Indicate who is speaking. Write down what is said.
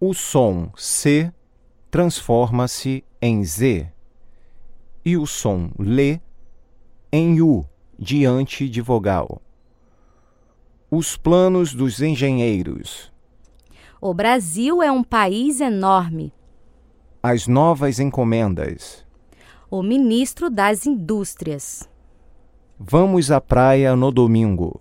Speaker 1: o som C transforma-se em Z e o som L em U diante de vogal. Os planos dos engenheiros.
Speaker 2: O Brasil é um país enorme.
Speaker 1: As novas encomendas.
Speaker 2: O ministro das Indústrias.
Speaker 1: Vamos à praia no domingo.